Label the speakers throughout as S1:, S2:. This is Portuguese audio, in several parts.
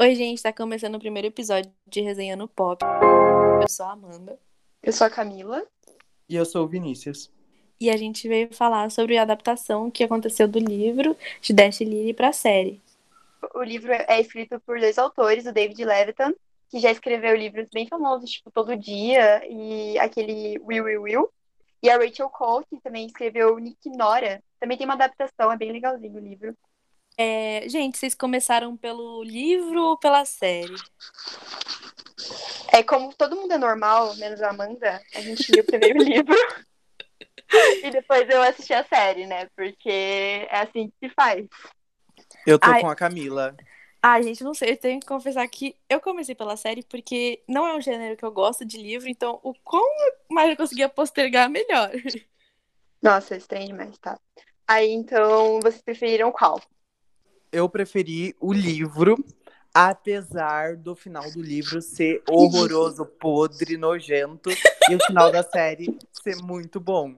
S1: Oi, gente, tá começando o primeiro episódio de Resenha no Pop. Eu sou a Amanda
S2: Eu sou a Camila.
S3: E eu sou o Vinícius.
S1: e a gente veio falar sobre a adaptação que aconteceu do livro de Dash Lily pra série.
S2: O livro é escrito por dois autores, o David Levitan, que já escreveu livros bem famosos, tipo Todo Dia e aquele Will Will Will, e a Rachel Cole, que também escreveu Nick Nora. Também tem uma adaptação, é bem legalzinho o livro.
S1: É, gente, vocês começaram pelo livro ou pela série?
S2: É como todo mundo é normal, menos a Amanda, a gente viu o primeiro livro. E depois eu assisti a série, né? Porque é assim que se faz.
S3: Eu tô
S1: Ai.
S3: com a Camila.
S1: Ah, gente, não sei, eu tenho que confessar que eu comecei pela série porque não é um gênero que eu gosto de livro, então o quão mais eu conseguia postergar, melhor.
S2: Nossa, é estranho demais, tá? Aí então, vocês preferiram qual?
S3: Eu preferi o livro, apesar do final do livro ser horroroso, podre, nojento, e o final da série ser muito bom.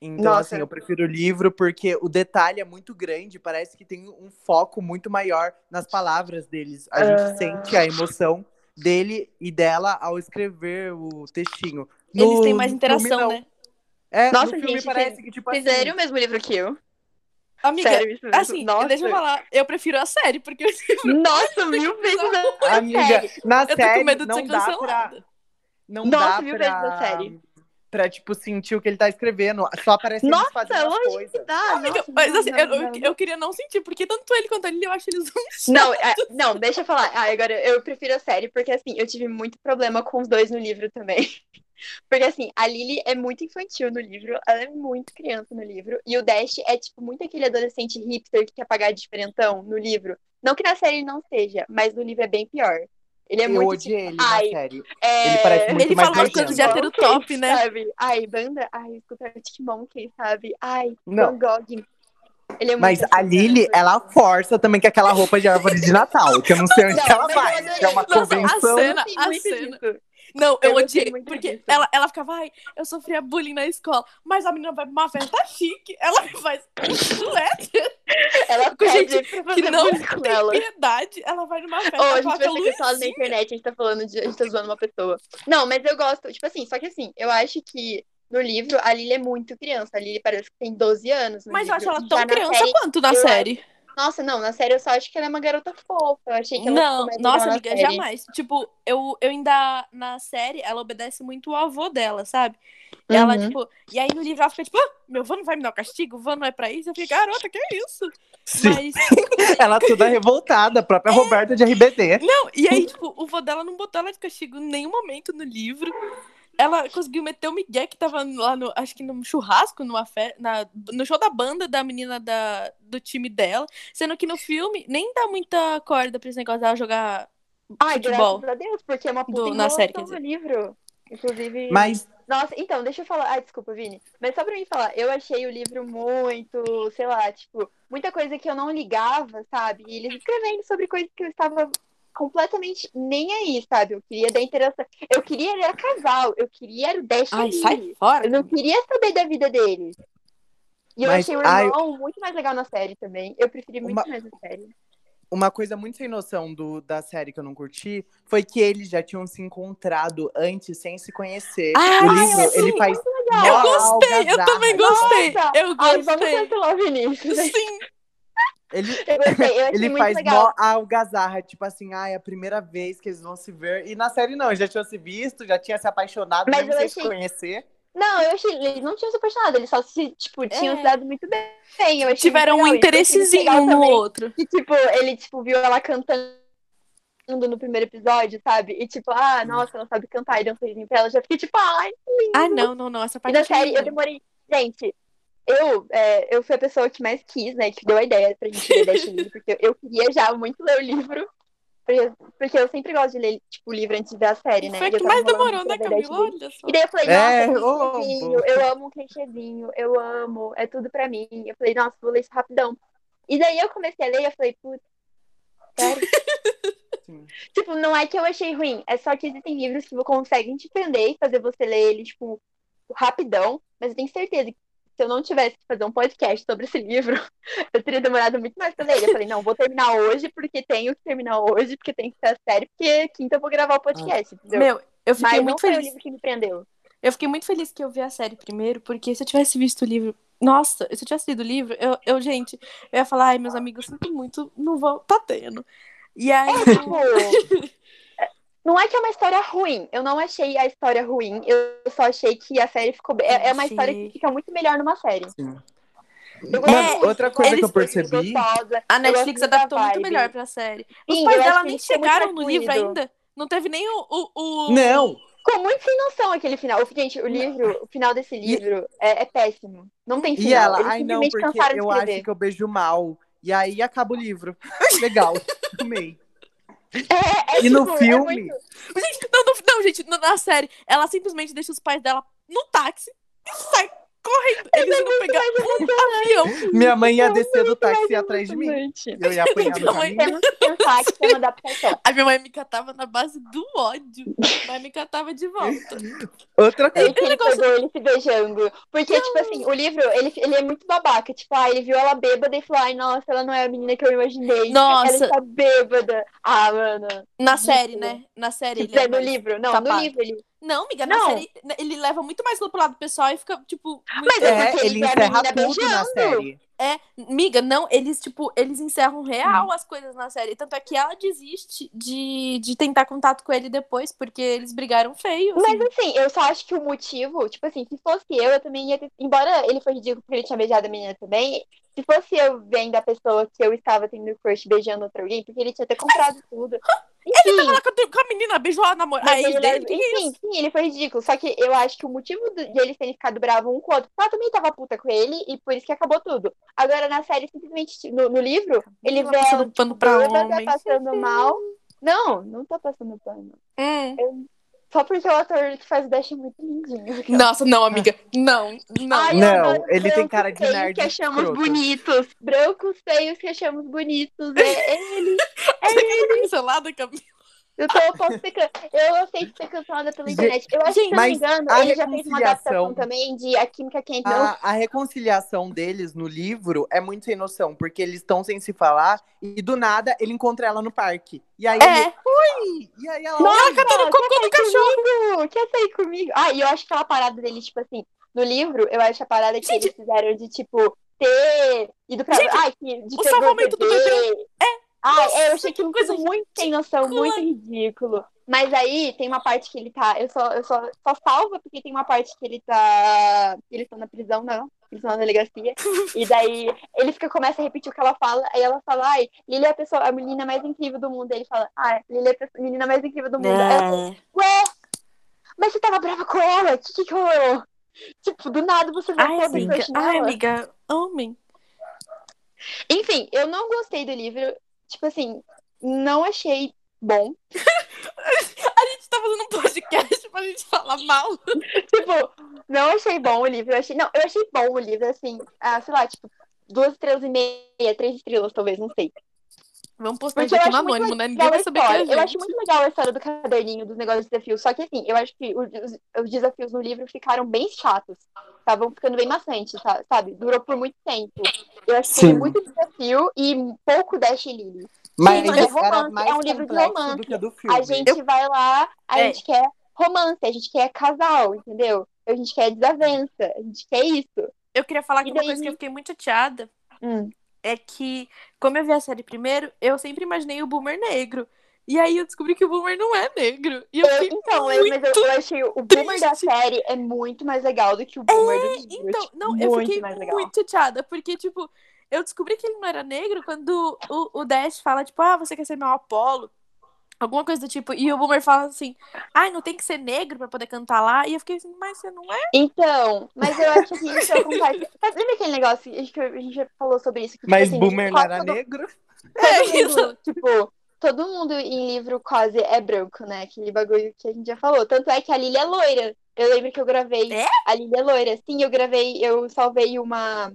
S3: Então,
S2: Nossa.
S3: assim, eu prefiro o livro porque o detalhe é muito grande, parece que tem um foco muito maior nas palavras deles. A gente
S2: Ah.
S3: sente a emoção dele e dela ao escrever o textinho.
S1: Eles
S3: No-
S1: têm mais
S3: no filme,
S1: interação,
S3: não.
S1: né?
S3: É,
S2: Nossa,
S3: no filme
S2: gente,
S3: parece que, tipo assim,
S2: Fizeram o mesmo livro que eu.
S1: Amiga,
S2: Sério, isso mesmo?
S1: assim,
S2: Nossa.
S1: deixa eu falar, eu prefiro a série, porque eu
S2: Nossa, mil vezes a
S3: Amiga, na
S1: Eu tô
S3: série
S1: com medo de
S3: não
S1: ser
S3: dá
S1: cancelada.
S3: pra. Não
S2: Nossa,
S3: dá
S2: mil
S3: pra...
S2: vezes na série.
S3: Pra, tipo, sentir o que ele tá escrevendo. Só aparece eles
S2: Nossa,
S3: fazendo as
S2: é lógico tá.
S3: coisas.
S2: Dá,
S1: Amiga,
S2: nossa,
S1: mas
S2: não,
S1: assim,
S2: não,
S1: eu,
S2: não,
S1: eu, eu queria não sentir, porque tanto ele quanto ele, eu acho eles um
S2: Não, é, não, deixa eu falar. Ah, agora eu prefiro a série, porque assim, eu tive muito problema com os dois no livro também. Porque assim, a Lily é muito infantil no livro, ela é muito criança no livro, e o Dash é tipo muito aquele adolescente hipster que quer pagar de diferentão no livro. Não que na série ele não seja, mas no livro é bem pior. Ele é
S3: Eu
S2: muito
S3: odiei ele
S2: ai,
S3: na série.
S2: É...
S3: Ele parece muito
S1: Ele
S3: mais
S1: fala umas coisas Tá de
S3: nojento.
S1: hétero top, né?
S2: Sabe? Ai, banda, ai, escuta Monkey, sabe? Ai, Van
S3: Não.
S2: Gogh. Ele é
S3: Mas
S2: muito
S3: a Lily, ela força também com aquela roupa de árvore de Natal. Que eu não sei onde
S2: Não,
S3: que ela
S2: mas
S3: vai.
S2: eu adorei.
S3: que é uma
S2: Nossa, a
S3: convenção.
S1: cena-
S2: Sim,
S1: a
S2: muito
S1: cena.
S2: disso.
S1: Não, eu,
S2: Eu gostei
S1: odiei,
S2: muito
S1: porque
S2: disso.
S1: ela, ela ficava, ai, eu sofria bullying na escola, mas a menina vai pra uma festa chique, ela faz chulete,
S2: Ela
S1: Com gente
S2: pede pra
S1: que
S2: fazer
S1: não
S2: bullying com ela.
S1: tem piedade, ela vai numa festa
S2: Ou a gente
S1: com
S2: vai
S1: aquela
S2: ser cancelado na
S1: luzinha.
S2: internet, a gente tá falando de. A gente tá zoando uma pessoa. Não, mas eu gosto, tipo assim, só que assim, eu acho que no livro a Lily é muito criança. A Lily parece que tem 12 anos. No
S1: Mas eu
S2: livro,
S1: acho ela
S2: e já
S1: tão
S2: na
S1: criança
S2: série-
S1: quanto na
S2: eu
S1: série.
S2: Nossa, não, na série eu só acho que ela é uma garota fofa. Eu achei que ela
S1: Não,
S2: ficou mais legal
S1: nossa,
S2: na
S1: amiga,
S2: série.
S1: jamais. Tipo, eu, eu ainda, na série, ela obedece muito ao avô dela, sabe?
S2: Uhum.
S1: Ela, tipo, e aí no livro ela fica, tipo, ah, meu avô não vai me dar o castigo, o avô não é pra isso. Eu fico, garota, que é isso?
S3: Sim,
S1: Mas
S3: ela toda revoltada. A própria Roberta de RBD.
S1: Não, e aí, tipo, o vô dela não botou ela de castigo em nenhum momento no livro. Ela conseguiu meter o Miguel que tava lá no, acho que num churrasco, numa fe... na, no show da banda da menina da, do time dela. Sendo que no filme nem dá muita corda pra esse negócio dela jogar
S2: Ai,
S1: futebol.
S2: graças a Deus, porque é uma puta
S1: Do- na
S2: emoção
S1: série, quer dizer.
S2: no livro. Inclusive.
S3: Mas
S2: Nossa, então, deixa eu falar. Ai, desculpa, Vini. Mas só pra mim falar, eu achei o livro muito, sei lá, tipo, muita coisa que eu não ligava, sabe? E eles escrevendo sobre coisas que eu estava completamente nem aí, sabe? Eu queria da interação. Eu queria era casal, eu queria era o Dash
S1: Ai,
S2: e
S1: sai
S2: Lily.
S1: fora.
S2: Eu não queria saber da vida deles. E eu
S3: Mas,
S2: achei o
S3: ai,
S2: irmão muito mais legal na série também. Eu preferi muito
S3: Uma-
S2: mais a série.
S3: Uma coisa muito sem noção do, da série que eu não curti foi que eles já tinham se encontrado antes sem se conhecer.
S1: Ah,
S3: o livro,
S1: sim!
S3: ele faz.
S2: assim, legal.
S3: mó
S2: Eu
S1: gostei, eu também
S3: algazarra.
S1: gostei. Eu
S2: Ai, vamos
S1: gostei.
S2: cancelar o Vinícius.
S1: Sim,
S3: Ele,
S2: Eu gostei, eu achei
S3: ele
S2: muito
S3: faz
S2: legal.
S3: mó algazarra, tipo assim, ah, é a primeira vez que eles vão se ver. E na série não, eles já tinham se visto, já tinham se apaixonado,
S2: Mas
S3: mesmo
S2: eu
S3: sem se
S2: achei-
S3: conhecer.
S2: Não, eu achei. Eles não tinham se apaixonado, eles só se, tipo, tinham
S1: É.
S2: se dado muito bem. Eu achei
S1: tiveram um
S2: muito legal. E eu achei muito
S1: interessezinho
S2: legal
S1: um no
S2: também
S1: outro.
S2: Que, tipo, ele, tipo, viu ela cantando no primeiro episódio, sabe? E tipo, ah, nossa, ela sabe cantar e deu um sorrisinho pra ela. Eu já fiquei, tipo, ai.
S1: Ah, não, não, não. Essa
S2: E
S1: parte
S2: na série é eu
S1: não.
S2: demorei. Gente, eu, é, eu fui a pessoa que mais quis, né? Que deu a ideia pra gente ler Dash Lily, porque eu queria já muito ler o livro. Porque, porque eu sempre gosto de ler, tipo, o livro antes de ver a série, né?
S1: Foi
S2: E
S1: a
S2: eu
S1: que
S2: tava
S1: mais demorou,
S2: enrolando muito
S1: né,
S2: pra ver Dash
S1: Camila?
S2: Lily.
S1: Olha só.
S2: E daí eu falei,
S3: É,
S2: nossa,
S3: ô,
S2: um clichêzinho, eu amo um clichêzinho, eu amo, é tudo pra mim. Eu falei, nossa, vou ler isso rapidão. E daí eu comecei a ler e eu falei, putz, sério?
S3: Sim.
S2: tipo, não é que eu achei ruim, é só que existem livros que conseguem te prender e fazer você ler ele, tipo, rapidão, mas eu tenho certeza se eu não tivesse que fazer um podcast sobre esse livro, eu teria demorado muito mais pra ler. Eu falei, não, vou terminar hoje, porque tenho que terminar hoje, porque tem que ser a série, porque quinta eu vou gravar o podcast, entendeu?
S1: Meu, eu fiquei
S2: Mas não
S1: muito
S2: foi o
S1: feliz.
S2: livro que me prendeu.
S1: Eu fiquei muito feliz que eu vi a série primeiro, porque se eu tivesse visto o livro. Nossa, se eu tivesse lido o livro, eu, eu gente, eu ia falar, ai, meus amigos, sinto muito, não vão. Tá tendo. E
S2: É,
S1: aí.
S2: Tipo, não é que é uma história ruim. Eu não achei a história ruim. Eu só achei que a série ficou. bem- É, é uma
S1: Sim.
S2: história que fica muito melhor numa série. Eu gosto
S3: Mano,
S2: muito
S3: outra coisa que
S1: eles-
S3: eu percebi.
S2: gostosa.
S1: A Netflix
S2: muito da
S1: adaptou muito
S2: vibe.
S1: melhor pra série. Os
S2: Sim,
S1: pais
S2: eu acho
S1: dela
S2: que
S1: nem
S2: isso é muito
S1: chegaram no livro
S2: fluido.
S1: ainda. Não teve nem o. o, o-
S3: Não!
S2: Ficou muito sem noção aquele final. Gente, o livro, o final desse livro é, é péssimo. Não tem final.
S3: E ela,
S2: Eles
S3: ai não,
S2: simplesmente
S3: porque
S2: cansaram de
S3: eu
S2: escrever.
S3: acho que eu beijo mal. E aí acaba o livro. Legal. Amei.
S2: É, é,
S3: E no
S2: tipo, é
S3: filme.
S2: muito-
S1: Gente, não, não, não, gente, na- na série, ela simplesmente deixa os pais dela no táxi e sai correndo.
S2: é
S1: Eles iam pegar um avião.
S3: Minha mãe ia descer do táxi atrás de mim.
S2: Gente,
S3: E eu ia apanhar
S1: Minha
S3: no
S1: mãe-
S3: caminho.
S2: Temos que pensar que tem é uma adaptação.
S1: A minha mãe me catava na base do ódio, mas me catava de volta.
S3: Outra
S2: Daí
S3: coisa.
S2: que ele pegou ele se beijando. Porque, tipo assim, o livro, ele, ele é muito babaca. Tipo, ah, ele viu ela bêbada e falou, ai, nossa, ela não é a menina que eu imaginei. Ela
S1: Nossa.
S2: está bêbada. Ah, mano.
S1: Na série, né? Na série ele Tipo
S2: É
S1: é
S2: no
S1: mais-
S2: livro. Não, no
S1: tapado.
S2: livro ele
S1: Não, amiga, na
S2: Não.
S1: série ele leva muito mais pro lado pessoal e fica, tipo... Muito...
S2: Mas é porque
S3: É,
S2: ele
S3: ele
S2: é a
S3: encerra
S2: menina
S3: tudo na
S2: beijando.
S3: série.
S1: É, miga, não, eles, tipo, eles encerram real as coisas na série. Tanto é que ela desiste de, de tentar contato com ele depois, porque eles brigaram feio.
S2: Mas
S1: assim.
S2: assim, eu só acho que o motivo, tipo assim, se fosse eu, eu também ia ter. Embora ele foi ridículo porque ele tinha beijado a menina também, se fosse eu vendo a pessoa que eu estava tendo crush beijando outra alguém, porque ele tinha até comprado tudo.
S1: Ele tá
S2: Enfim,
S1: tava lá com a- com a menina, beijou a namorada.
S2: mas
S1: A ex
S2: ele-
S1: dele, que-
S2: enfim, sim, ele foi ridículo. Só que eu acho que o motivo do- de eles terem ficado bravos um com o outro, porque ela também tava puta com ele e por isso que acabou tudo. Agora na série, simplesmente, no, no livro, ele
S1: Ela
S2: vê
S1: passando
S2: ela
S1: pano pra
S2: bêbada,
S1: homem.
S2: passando mal. Não, não tô passando pano.
S1: Hum.
S2: Só porque o ator que faz o Dash é muito lindinho.
S1: Nossa, não, amiga.
S2: Ah.
S1: Não, não.
S2: Ai, eu
S3: Não,
S2: adoro
S3: ele tem
S2: brancos
S3: cara de
S2: feios
S3: nerd
S2: que achamos
S3: escroto.
S2: bonitos. Brancos feios que achamos bonitos. É, é ele.
S1: Você quer ser cancelada, Camila?
S2: Eu, tô, eu, posso ser can- eu aceito ser cancelada pela
S3: Gente,
S2: internet. Eu acho que, se eu não me
S3: mas
S2: engano,
S3: a
S2: ele já fez uma
S3: reconciliação-
S2: adaptação também de A Química Quente. Não,
S3: A, a reconciliação deles no livro é muito sem noção, porque eles estão sem se falar e do nada ele encontra ela no parque. E aí ele, "Oi!" E aí ela,
S2: É. Nossa,
S1: catando cocô no cachorro.
S2: comigo? Quer sair comigo? Ah, e eu acho que aquela parada dele, tipo assim, no livro, eu acho a parada que
S1: Gente.
S2: eles fizeram de, tipo, ter ido pra...
S1: Gente,
S2: Ai, que, de
S1: o
S2: ter
S1: salvamento do
S2: Ai,
S1: Nossa,
S2: é, eu achei aquilo
S1: que coisa
S2: tudo muito sem noção,
S1: ridícula.
S2: muito ridículo. Mas aí tem uma parte que ele tá. Eu só, eu só, só salvo porque tem uma parte que ele tá. Eles estão na prisão, não. Eles estão na delegacia. E daí ele fica, começa a repetir o que ela fala. Aí ela fala, ai, Lily é a pessoa, a menina mais incrível do mundo. Ele fala, ai, Lily é a pessoa- menina mais incrível do mundo. Aí
S1: É.
S2: ela mas você tava brava com ela? O que, que, que rolou? Tipo, do nada você
S1: Ai,
S2: voltou do
S1: amiga.
S2: crush
S1: Ai,
S2: nela.
S1: amiga. Homem.
S2: Enfim, eu não gostei do livro. Tipo assim, não achei bom.
S1: A gente tá fazendo um podcast pra gente falar mal.
S2: Tipo, não achei bom o livro. Eu achei... Não, eu achei bom o livro, assim, ah, sei lá, tipo, duas estrelas e meia, três estrelas, talvez, não sei.
S1: Vamos postar
S2: Porque
S1: isso aqui
S2: eu acho
S1: no
S2: muito
S1: anônimo, né? Ninguém
S2: legal a
S1: vai saber que é a
S2: história. Eu acho
S1: gente.
S2: muito legal a história do caderninho, dos negócios de desafio. Só que assim, eu acho que os, os- os desafios no livro ficaram bem chatos. Estavam ficando bem maçantes, tá- sabe? Durou por muito tempo. Eu acho que
S3: Sim.
S2: teve muito desafio e pouco Dash e Lily.
S3: mas
S2: Sim, mas é romance, é um livro de
S3: complexo
S2: romance.
S3: do que do filme.
S2: A gente vai lá, a
S1: É.
S2: gente quer romance, a gente quer casal, entendeu? A gente quer desavença, a gente quer isso.
S1: Eu queria falar que
S2: E
S1: uma
S2: daí?
S1: coisa que eu fiquei muito chateada
S2: Hum.
S1: é que, como eu vi a série primeiro, eu sempre imaginei o Boomer negro. E aí eu descobri que o Boomer não é negro. E eu
S2: Eu-
S1: fiquei
S2: então, eu-
S1: muito...
S2: mas eu, eu achei o boomer da
S1: triste. É,
S2: série é muito mais legal do que o boomer do livro.
S1: Então,
S2: tipo,
S1: não, eu
S2: muito
S1: fiquei
S2: mais legal.
S1: muito chateada, porque, tipo, eu descobri que ele não era negro quando o, o Dash fala, tipo, ah, você quer ser meu Apolo? Alguma coisa do tipo. E o Boomer fala assim, ai, não tem que ser negro pra poder cantar lá. E eu fiquei assim, mas você não é?
S2: Então, mas eu acho que isso é compartilhado. Lembra aquele negócio que a gente já falou sobre isso? Que, tipo
S3: Mas
S2: assim,
S3: Boomer não
S2: quase
S3: era
S2: todo-
S3: negro.
S1: É
S2: todo
S1: isso.
S2: mundo, Tipo, todo mundo em livro quase é branco, né? Aquele bagulho que a gente já falou. Tanto é que a Lily é loira. Eu lembro que eu gravei.
S1: É?
S2: A Lily é loira. Sim, eu gravei, eu salvei uma.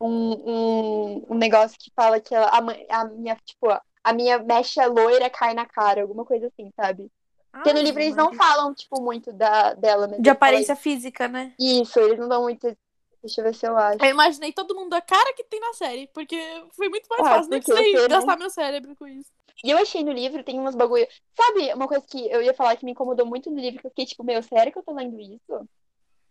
S2: Um, um, um negócio que fala que ela, a, mãe- a minha, tipo, a minha mecha loira cai na cara, alguma coisa assim, sabe? Porque no
S1: Ai,
S2: livro eles não
S1: Maria.
S2: falam, tipo, muito da, dela. mas
S1: De
S2: eles falam
S1: aparência física, né?
S2: isso, eles não dão muito Deixa eu ver se eu acho.
S1: Eu imaginei todo mundo a cara que tem na série, porque foi muito mais
S2: Ah,
S1: fácil do que
S2: porque
S1: sei
S2: você não-
S1: gastar meu cérebro com isso.
S2: E eu achei no livro, tem umas bagulho. Sabe uma coisa que eu ia falar que me incomodou muito no livro, que eu fiquei tipo, meu, sério que eu tô lendo isso?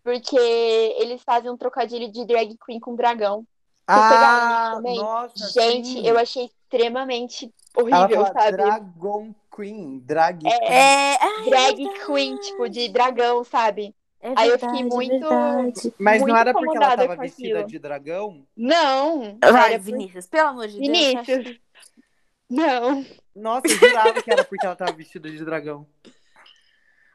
S2: Porque eles fazem um trocadilho de drag queen com dragão. pegaram
S3: Ah,
S2: isso um também?
S3: nossa,
S2: Gente,
S3: sim.
S2: eu achei extremamente
S3: Ela
S2: horrível,
S3: fala
S2: sabe?
S3: Dragon Queen, drag queen.
S1: É, É
S2: Drag queen, tipo, de dragão, sabe? Aí eu fiquei muito-
S3: Mas não
S2: muito
S3: era porque ela
S2: incomodada
S3: tava
S2: com
S3: vestida
S2: aquilo.
S3: de dragão?
S2: Não!
S1: Vai,
S2: era por-
S1: Vinícius, pelo amor de Deus.
S2: Vinícius. Não.
S3: Nossa, eu jurava que era porque ela tava vestida de dragão.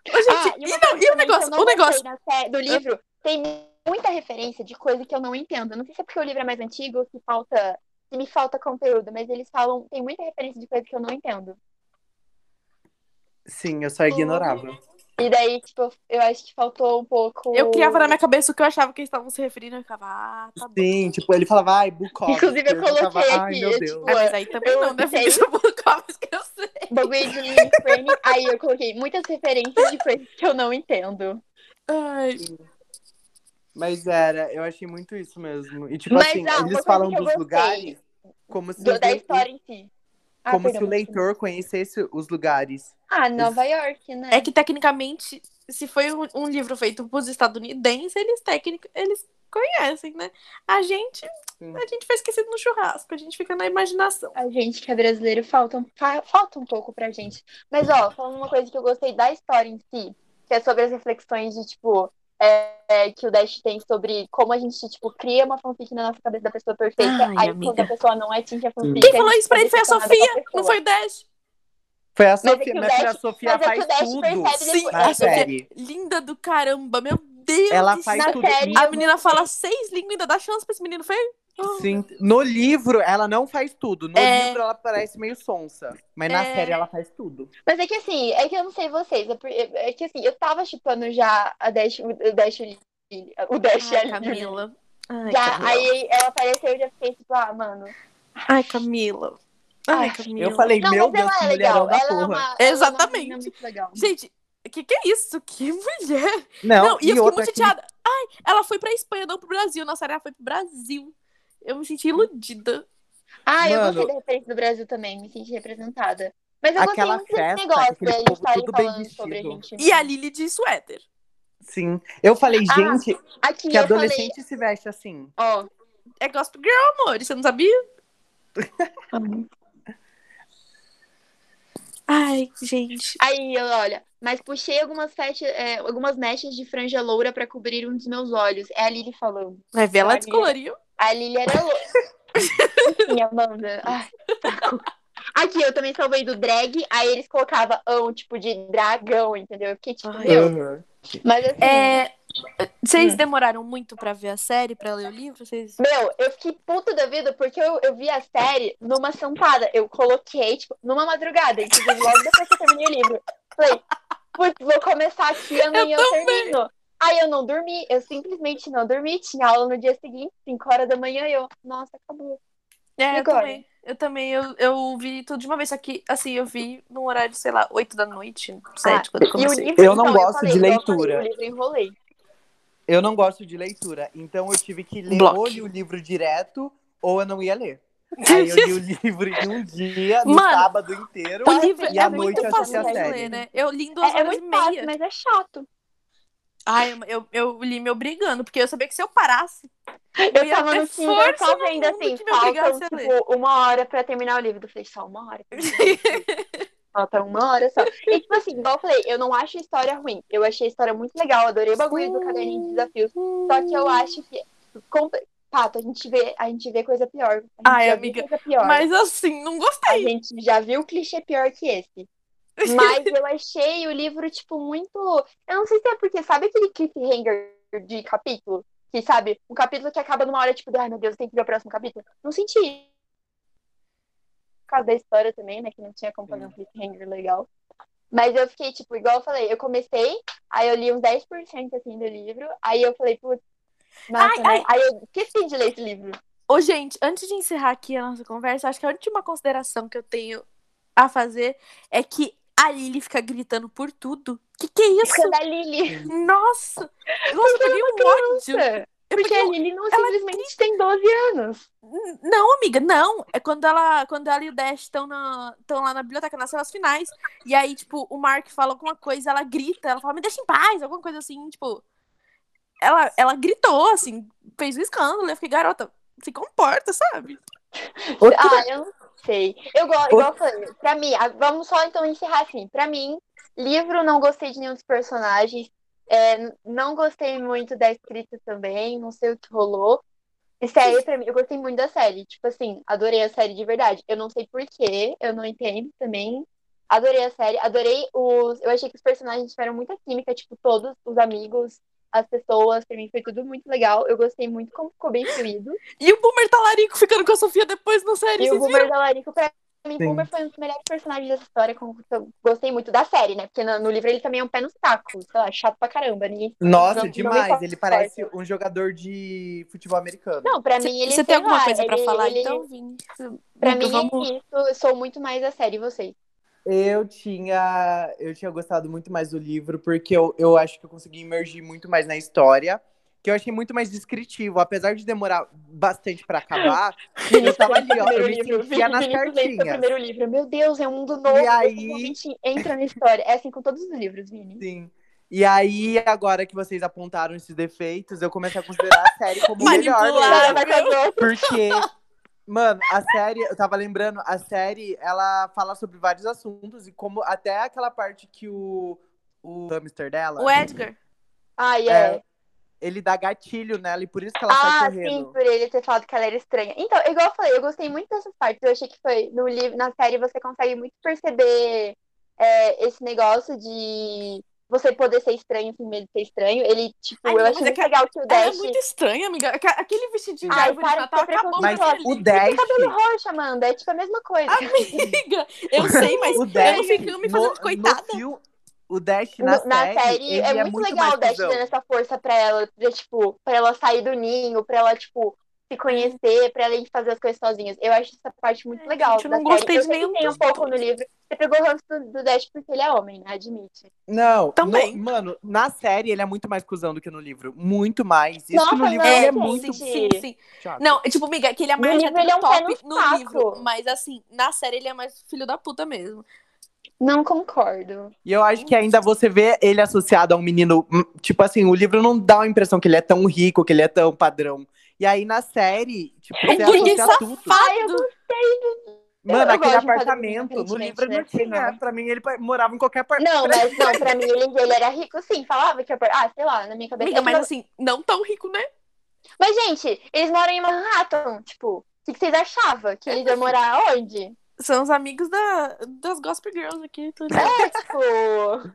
S1: Ô,
S2: Ah,
S1: gente,
S2: e
S1: e, não- e
S2: uma coisa
S1: o
S2: também que eu
S1: negócio,
S2: não
S1: o negócio.
S2: gostei da sé- do livro tem muita referência de coisa que eu não entendo. Não sei se é porque o livro é mais antigo, se falta, se me falta conteúdo, mas eles falam, tem muita referência de coisa que eu não entendo.
S3: Sim, eu só ignorava.
S2: E daí, tipo, eu acho que faltou um pouco.
S1: Eu criava na minha cabeça o que eu achava que eles estavam se referindo. Eu ficava, ah, tá bom.
S3: Sim, tipo, ele falava, ai, Bukov.
S2: Inclusive, eu coloquei
S3: Ai,
S2: aqui,
S3: meu
S2: eu,
S3: Deus.
S1: Ah,
S2: tipo,
S1: mas aí também
S2: eu
S1: não, né?
S2: sei.
S1: Porque eu vou colocar mais que eu sei.
S2: bagulho de Lily Frame, aí eu coloquei muitas referências de coisas que eu não entendo.
S1: Ai,
S3: Mas era, eu achei muito isso mesmo. E tipo
S2: Mas,
S3: assim,
S2: ah, uma
S3: eles
S2: coisa
S3: falam
S2: que eu
S3: dos
S2: gostei
S3: lugares como se,
S2: Do, da
S3: o-
S2: história em si. Ah,
S3: como se
S2: perdão.
S3: o leitor conhecesse os lugares.
S2: Ah, Nova York, né?
S1: É que tecnicamente, se foi um, um livro feito pros estadunidenses, eles técnico, eles conhecem, né? A gente,
S3: Sim.
S1: a gente foi esquecido no churrasco, a gente fica na imaginação.
S2: A gente que é brasileiro falta um, fa- falta um pouco pra gente. Mas, ó, falando uma coisa que eu gostei da história em si, que é sobre as reflexões de, tipo, é, é, que o Dash tem sobre como a gente, tipo, cria uma fanfic na nossa cabeça da pessoa perfeita,
S1: Ai,
S2: aí
S1: amiga.
S2: quando a pessoa não atinge a fanfic.
S1: Quem
S2: a
S1: falou
S2: gente
S1: isso pra
S2: fica
S1: ele foi a
S2: decepcionada com
S1: Sofia,
S2: pessoa.
S1: não foi o Dash.
S3: Foi a
S2: é
S3: Sofia,
S2: que o
S3: minha filha, a
S2: Dash-
S3: Sofia
S2: mas é que
S3: faz
S2: o Dash
S3: tudo.
S2: percebe
S1: Sim,
S2: depois.
S3: na
S1: a Sofia,
S3: série.
S1: linda do caramba, meu Deus.
S3: Ela
S1: do
S3: faz
S1: céu.
S2: Na
S3: tudo.
S2: série,
S1: A menina fala seis línguas, ainda dá chance pra esse menino feio.
S3: Sim. No livro, ela não faz tudo. No
S1: É.
S3: livro, ela parece meio sonsa. Mas na
S1: É.
S3: série, ela faz tudo.
S2: Mas é que assim, é que eu não sei vocês, é, por- é que assim, eu tava chipando já a Dash, o o Dash e o Lily. O Dash e a
S1: Ai,
S2: Lily.
S1: Camila. Ai, tá
S2: Já,
S1: Camila.
S2: aí ela apareceu e já fiquei tipo, ah, mano.
S1: Ai, Camila. Ai,
S2: Ai,
S1: Camila.
S3: Eu falei,
S2: Não,
S3: meu
S2: mas
S3: Deus,
S2: ela
S3: que
S2: é
S3: mulherão
S2: legal.
S3: da
S2: Ela é
S3: porra.
S2: uma, ela é uma
S1: Exatamente.
S2: menina muito legal.
S1: Gente, que que é isso? Que mulher?
S3: Não,
S1: Não, e eu fiquei
S3: É um outra
S1: muito
S3: que-
S1: chateada. Ai, ela foi pra Espanha, não pro Brasil. Nossa, ela foi pro Brasil. Eu me senti iludida.
S2: Ah, eu
S3: Mano.
S2: gostei da referência do Brasil também, me senti representada. Mas eu
S3: Aquela
S2: gostei muito
S3: festa,
S2: desse negócio
S3: aquele
S2: da gente
S3: povo
S2: estarem
S3: tudo bem
S2: falando sobre a
S3: vestido.
S2: gente.
S1: E a Lily de suéter.
S3: Sim. Eu falei,
S2: Ah,
S3: gente,
S2: Aqui
S3: que
S2: eu falei,
S3: adolescente se veste assim.
S2: ó.
S1: É gospel girl, amor. Você não sabia?
S2: Ah, né?
S1: Ai, gente.
S2: Aí, eu- olha, mas puxei algumas, fecha, é, algumas mechas de franja loura pra cobrir um dos meus olhos. É a Lily falando.
S1: Vai ver, ela
S2: Olha.
S1: descoloriu.
S2: A Lily era louca. Sim, Amanda. Ai, saco. Aqui, eu também salvei do drag, aí eles colocavam ão, tipo, de dragão, entendeu? Eu fiquei tipo,
S1: Ai.
S2: meu.
S3: Uhum.
S2: Mas assim,
S1: É, vocês
S2: Hum.
S1: demoraram muito pra ver a série, pra ler o livro? Vocês...
S2: meu, eu fiquei puta da vida porque eu, eu vi a série numa sentada. Eu coloquei, tipo, numa madrugada, inclusive, logo depois que eu terminei o livro. Falei, putz, vou começar aqui, amanhã eu, termino. Aí eu não dormi, eu simplesmente não dormi. Tinha aula no dia seguinte, 5 horas da manhã, e eu, nossa, acabou.
S1: É,
S2: E
S1: eu
S2: agora?
S1: também. Eu também, eu, eu vi tudo de uma vez. Só que, assim, eu vi num horário, sei lá, 8 da noite, 7, quando eu
S2: E o
S1: comecei.
S2: livro,
S3: assim? Eu não
S2: então,
S3: gosto de
S2: igual eu falei,
S3: leitura.
S2: O livro eu enrolei.
S3: Eu não gosto de leitura, então eu tive que ler
S1: Block.
S3: ou li o livro direto ou eu não ia ler. Aí eu li o livro em um dia, no
S1: Mano,
S3: sábado inteiro.
S1: O livro
S3: E
S1: é
S3: à
S1: muito
S3: noite eu assisti
S1: fácil
S3: a
S1: de
S3: série.
S1: ler, né? Eu li em duas
S2: É, é
S1: horas e
S2: muito
S1: meia.
S2: fácil, mas é chato.
S1: Ai, eu, eu li me obrigando, porque eu sabia que se eu parasse.
S2: Eu
S1: ia
S2: tava
S1: ter
S2: no Kindle
S1: força
S2: só
S1: no
S2: vendo
S1: mundo
S2: assim,
S1: que me obrigasse
S2: faltam
S1: a ler.
S2: tipo, uma hora pra terminar o livro. Eu falei, só uma hora? Falta uma hora só. E tipo assim, igual eu falei, eu não acho a história ruim. Eu achei a história muito legal, adorei o bagulho do caderninho de desafios. Só que eu acho que. Com... Pato, a gente vê, a gente vê coisa pior. A gente
S1: Ai,
S2: já viu
S1: amiga,
S2: coisa pior.
S1: Mas assim, não gostei.
S2: A gente já viu clichê pior que esse. Mas eu achei o livro, tipo, muito. Eu não sei se é porque, sabe aquele cliffhanger de capítulo? Que, sabe, um capítulo que acaba numa hora, tipo, de, ai meu Deus, tem que ver o próximo capítulo. Não senti. Por causa da história também, né? Que não tinha como fazer um cliffhanger legal. Mas eu fiquei, tipo, igual eu falei, eu comecei, aí eu li uns 10% assim do livro, aí eu falei, putz, nossa,
S1: Ai, ai.
S2: né? Aí eu esqueci de ler esse livro.
S1: Ô, gente, antes de encerrar aqui a nossa conversa, acho que a última consideração que eu tenho a fazer é que a Lily fica gritando por tudo. Que que é isso?
S2: Quando a Lili.
S1: Nossa! Nossa, eu peguei um ódio.
S2: Porque a
S1: eu-
S2: Lily não
S1: ela é
S2: simplesmente tem 12 anos.
S1: N- Não, amiga, não. É quando ela, quando ela e o Dash estão na- estão lá na biblioteca, nas celas finais. E aí, tipo, o Mark fala alguma coisa, ela grita, ela fala, me deixa em paz, alguma coisa assim, tipo. Ela, ela gritou, assim, fez um escândalo. Eu fiquei, garota, se comporta, sabe?
S3: Outra-
S2: Ah, eu não sei. Eu gosto, igual eu falei, pra mim, a- vamos só então encerrar assim. Pra mim, livro não gostei de nenhum dos personagens. é, n- não gostei muito da escrita também, não sei o que rolou. E série, pra mim, eu gostei muito da série. Tipo assim, adorei a série de verdade. Eu não sei porquê, eu não entendo também. Adorei a série, adorei os. Eu achei que os personagens tiveram muita química, tipo, todos os amigos, as pessoas, pra mim foi tudo muito legal. Eu gostei muito como ficou bem fluido.
S1: E o Boomer talarico ficando com a Sofia depois na série.
S2: E o
S1: vocês
S2: Boomer Galarico, pra mim,
S3: Sim.
S2: Boomer foi um dos melhores personagens dessa história, com- que eu gostei muito da série, né? Porque no, no livro ele também é um pé no saco, sei lá, chato pra caramba. Ninguém...
S3: Nossa,
S2: Não- não me
S3: demais.
S2: importa.
S3: Ele parece um jogador de futebol americano.
S2: Não, pra
S1: viram?
S2: mim ele.
S1: Você
S2: sei
S1: tem alguma
S2: lá,
S1: coisa pra
S2: ele-
S1: falar,
S2: ele-
S1: então, Vini?
S2: Pra
S1: Amiga,
S2: mim
S1: vamos-
S2: é isso, eu sou muito mais da série, e você.
S3: Eu tinha, eu tinha gostado muito mais do livro, porque eu, eu acho que eu consegui emergir muito mais na história, que eu achei muito mais descritivo. Apesar de demorar bastante pra acabar, eu tava ali, ó, eu me sentia nas
S2: Vinícius lê seu
S3: cartinhas.
S2: primeiro livro. Meu Deus, é um mundo novo.
S3: E aí-
S2: Realmente entra na história. É assim com todos os livros, Vini.
S3: Sim. E aí, agora que vocês apontaram esses defeitos, eu comecei a considerar a série como melhor.
S1: Manipulada.
S3: mesmo.
S2: Cara, vai com a dor.
S3: Porque, mano, a série, eu tava lembrando, a série, ela fala sobre vários assuntos e como até aquela parte que o, o hamster
S2: é
S3: dela,
S1: O Edgar.
S2: Ai, é.
S3: É, ele dá gatilho nela e por isso que ela sai
S2: Ah, sim,
S3: correndo.
S2: por ele ter falado que ela era estranha. Então, igual eu falei, eu gostei muito dessas partes. Eu achei que foi no livro, na série você consegue muito perceber é, esse negócio de você poder ser estranho sem medo de ser estranho. Ele, tipo,
S1: Ai,
S2: eu
S1: mas
S2: achei
S1: é
S2: muito
S1: que
S2: legal que o
S1: Ela é
S2: Dash. Ah,
S1: muito estranha, amiga. Aque- Aquele vestidinho de
S2: Ai,
S1: árvore de
S2: para de
S1: Natal
S2: ser
S1: acabou
S3: Mas
S1: com ela
S3: o
S1: ali.
S3: Dash,
S2: Cabelo roxo, Amanda, é tipo a mesma
S1: Ah,
S2: coisa.
S1: Amiga, eu sei, mas
S3: o
S1: eu não
S3: Dash,
S1: fico me
S3: no-
S1: fazendo
S3: no
S1: coitada.
S3: fio- o Dash
S2: No-
S3: na, série, ele
S2: é muito legal
S3: mais
S2: o Dash
S3: cuzão.
S2: dando essa força pra ela, de, tipo, pra ela sair do ninho, pra ela, tipo, se conhecer, pra ela ir fazer as coisas sozinhas. Eu acho essa parte muito
S1: Ai,
S2: legal.
S1: É, gente, eu
S2: da
S1: não
S2: série.
S1: gostei
S2: eu
S1: de
S2: sei que
S1: nenhum
S2: Tem um
S1: dos
S2: pouco no
S1: dois.
S2: livro. Você pegou o ranço do, do Dash porque ele é homem, né? Admite.
S3: Não,
S1: Também.
S3: no- mano, na série ele é muito mais cuzão do que no livro. Muito mais. Isso
S2: Nossa,
S3: que no livro
S2: não,
S3: ele é
S2: gente.
S3: muito
S1: sim, sim, sim.
S3: chato.
S1: Não, é tipo, amiga, que ele é
S2: No
S1: mais
S2: livro ele é um pé no
S1: top no
S2: saco.
S1: livro. Mas assim, na série ele é mais filho da puta mesmo.
S2: Não concordo.
S3: E eu acho que ainda você vê ele associado a um menino. hum, Tipo assim, o livro não dá a impressão que ele é tão rico, que ele é tão padrão. E aí na série, tipo,
S2: É
S3: você
S1: burguês
S3: associa tudo.
S2: Ai, eu
S1: Fado.
S3: Mano,
S2: eu gosto
S3: aquele
S2: de um padrão
S3: apartamento, no
S2: diferente,
S3: livro
S2: né?
S3: não tinha.
S2: Não.
S3: Pra mim, ele pa- morava em qualquer apartamento.
S2: Não, mas não, pra mim ele, ele era rico, sim. Falava que. eu- Ah, sei lá, na minha cabeça.
S1: Amiga,
S2: é
S1: mas
S2: uma-
S1: assim, não tão rico, né?
S2: mas, gente, eles moram em Manhattan. Tipo, o que, que vocês achavam? Que eles iam morar onde?
S1: São os amigos da, das Gospel Girls aqui. tudo.
S2: É, tipo.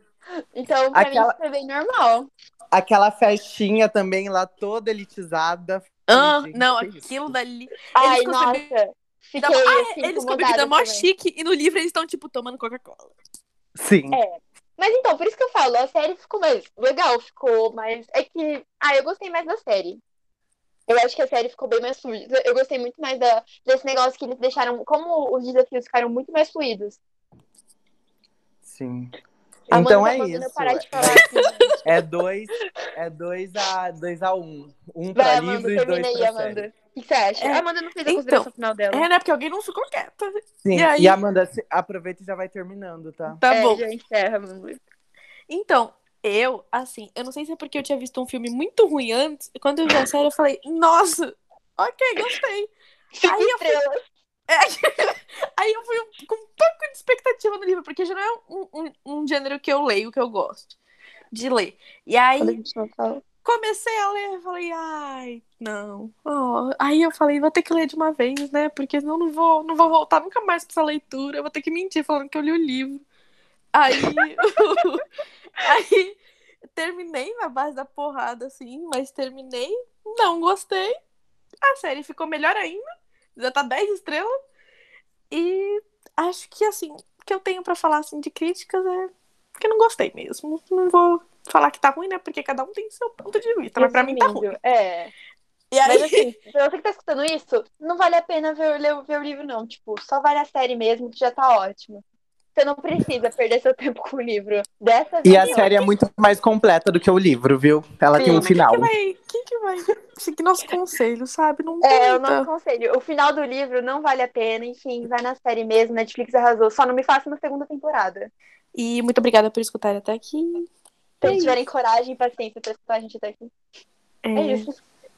S2: Então, pra
S3: Aquela-
S2: mim, foi bem normal.
S3: Aquela festinha também lá toda elitizada.
S1: Ah,
S3: Gente,
S1: não,
S3: que isso.
S1: aquilo dali.
S2: Ai,
S1: ficam
S2: nossa.
S1: bebendo-
S2: Fiquei
S1: Dá- Ah,
S2: assim,
S1: Eles com
S2: incomodada
S1: bebida mó
S2: também.
S1: chique e no livro eles estão, tipo, tomando Coca-Cola.
S3: Sim.
S2: É. Mas então, por isso que eu falo, a série ficou mais legal, ficou mais. É que. Ah, eu gostei mais da série. Eu acho que a série ficou bem mais fluida. Eu gostei muito mais da... desse negócio que eles deixaram. Como os desafios ficaram muito mais fluidos.
S3: Sim.
S2: A Amanda
S3: Então
S2: tá
S3: é
S2: mandando eu
S3: isso.
S2: parar de falar aqui.
S3: É dois, é dois a, dois a um. Um pra
S2: Vai, Amanda,
S3: livro e dois
S2: termina aí,
S3: pra série.
S2: Amanda. O que você acha?
S1: É.
S2: A Amanda não fez a
S1: Então,
S2: consideração final dela.
S1: É, né? Porque alguém não ficou quieta.
S2: É,
S3: Sim.
S1: E aí?
S3: e Amanda, se- aproveita e já vai terminando, tá?
S1: Tá
S2: é,
S1: bom.
S2: já encerra, Amanda.
S1: Então, eu, assim, eu não sei se é porque eu tinha visto um filme muito ruim antes. e Quando eu vi a série, eu falei, nossa, ok, gostei.
S2: Cinco
S1: eu fui-
S2: estrelas.
S1: Aí eu fui um- com um pouco de expectativa no livro, porque já não é um, um, um gênero que eu leio, que eu gosto de ler. E
S2: Quando a
S1: aí
S2: gente não fala.
S1: comecei a ler, eu falei, ai, não. ó. Aí eu falei, vou ter que ler de uma vez, né? Porque senão eu não vou, não vou voltar nunca mais pra essa leitura. Eu vou ter que mentir falando que eu li o livro. Aí. aí terminei na base da porrada, assim, mas terminei, não gostei. A série ficou melhor ainda. Já tá 10 estrelas. E acho que assim, o que eu tenho pra falar assim de críticas é que eu não gostei mesmo. Não vou falar que tá ruim, né? Porque cada um tem seu ponto de vista, mas pra mim tá ruim.
S2: Resumindo, É.
S1: E aí,
S2: Mas assim, pra você que tá escutando isso, não vale a pena ver, o- ler, o- ver o livro, não. Tipo, só vale a série mesmo, que já tá ótimo. Você não precisa perder seu tempo com o livro. Dessa
S3: E
S2: vez,
S3: a série é muito mais completa do que o livro, viu? Ela tem
S2: Sim.
S3: um final.
S1: Quem que vai, quem que vai seguir nosso conselho, sabe? Não
S2: É,
S1: tenta.
S2: eu não aconselho. O final do livro não vale a pena, enfim, vai na série mesmo, Netflix arrasou. Só não me faça uma segunda temporada.
S1: E muito obrigada por escutar até aqui. É
S2: Se eles tiverem coragem e paciência pra escutar a gente até aqui.
S1: É,
S2: É isso.